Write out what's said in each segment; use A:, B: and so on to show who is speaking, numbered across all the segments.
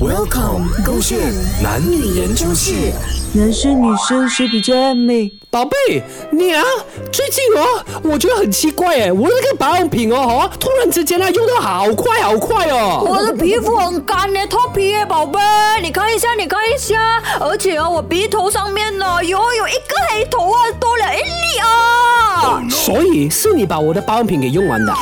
A: Welcome，勾线男女研究室。
B: 男生女生谁比较爱美？
C: 宝贝，你啊，最近哦，我觉得很奇怪哎，我那个保养品哦，哦，突然之间啊，用的好快好快哦。
D: 我的皮肤很干呢，脱皮耶，宝贝，你看一下，你看一下，而且啊，我鼻头上面呢，有有一个黑头啊，多了一粒啊。
C: 所以是你把我的保养品给用完的，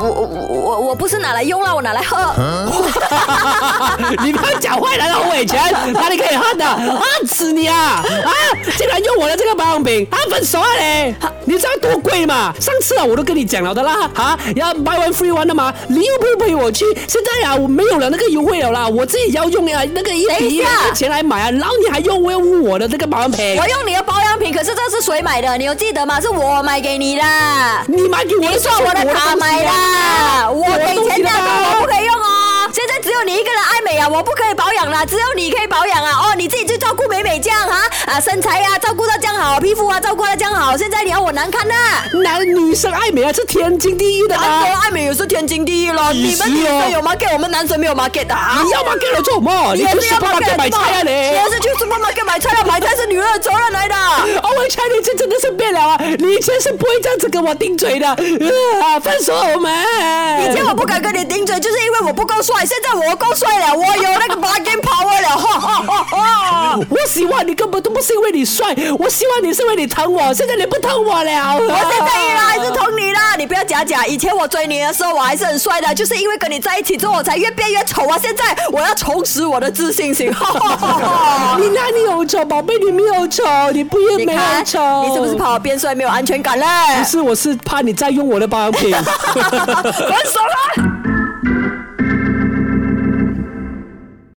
D: 我我我我不是拿来用啦，我拿来喝。
C: 你不要讲坏人了，侯伟全，哪里可以恨的？啊，死你啊！啊，竟然用我的这个保养品，啊，分手啊嘞！你知道多贵吗？上次啊，我都跟你讲了的啦，啊，要 buy one free one 的嘛，你又不陪我去，现在啊，我没有了那个优惠了啦，我自己要用啊那个一
D: 等
C: 比
D: 一
C: 一
D: 下
C: 的钱来买啊，然后你还用我我的这个保养品
D: 我，用你的保养品，可是这是谁买的？你有记得吗？是我买给你的。
C: 你买给我
D: 你
C: 的
D: 说我的卡买啦，我给
C: 啊
D: 钱的，我不可以用哦。现在只有你一个人爱美啊，我不可以保养啦，只有你可以保养啊。哦，你自己去照顾美美这样哈啊，身材啊照顾到这样好，皮肤啊照顾到这样好，现在你要我难看呐、
C: 男女生爱美啊，是天经地义的
D: 啊。
C: 啦。
D: 爱美也是天经地义咯，你们女生有 market，我们男生没有 market 的啊。
C: 哦你要吗？给了做什么？你
D: 也
C: 去
D: 是要
C: supermarket 买菜啊
D: 你
C: 你
D: 也！是去 supermarket 买菜啊，买菜是女人的责任来的。
C: 哦，我猜你这真的是变了啊！你以前是不会这样子跟我顶嘴的，啊，分手我们。
D: 以前我不敢跟你顶嘴，就是因为我不够帅。现在我够帅了，我有那个 bargain power 了，哈哈哈哈！
C: 我喜欢你根本都不是因为你帅，我喜欢你是因为你疼我，现在你不疼我了。
D: 我
C: 我
D: 现在依然还是疼你啦，你不要假假。以前我追你的时候，我还是很帅的，就是因为跟你在一起之后，我才越变越丑啊。现在我要重拾我的自信 心，哈哈哈哈！
C: 你哪里有丑，宝贝，你没有丑，你不也
D: 你
C: 没
D: 看，
C: 有丑？
D: 你是不是？怕我变 帅没有安全感嘞？
C: 不是，我是怕你再用我的保养品。
D: 分手啦！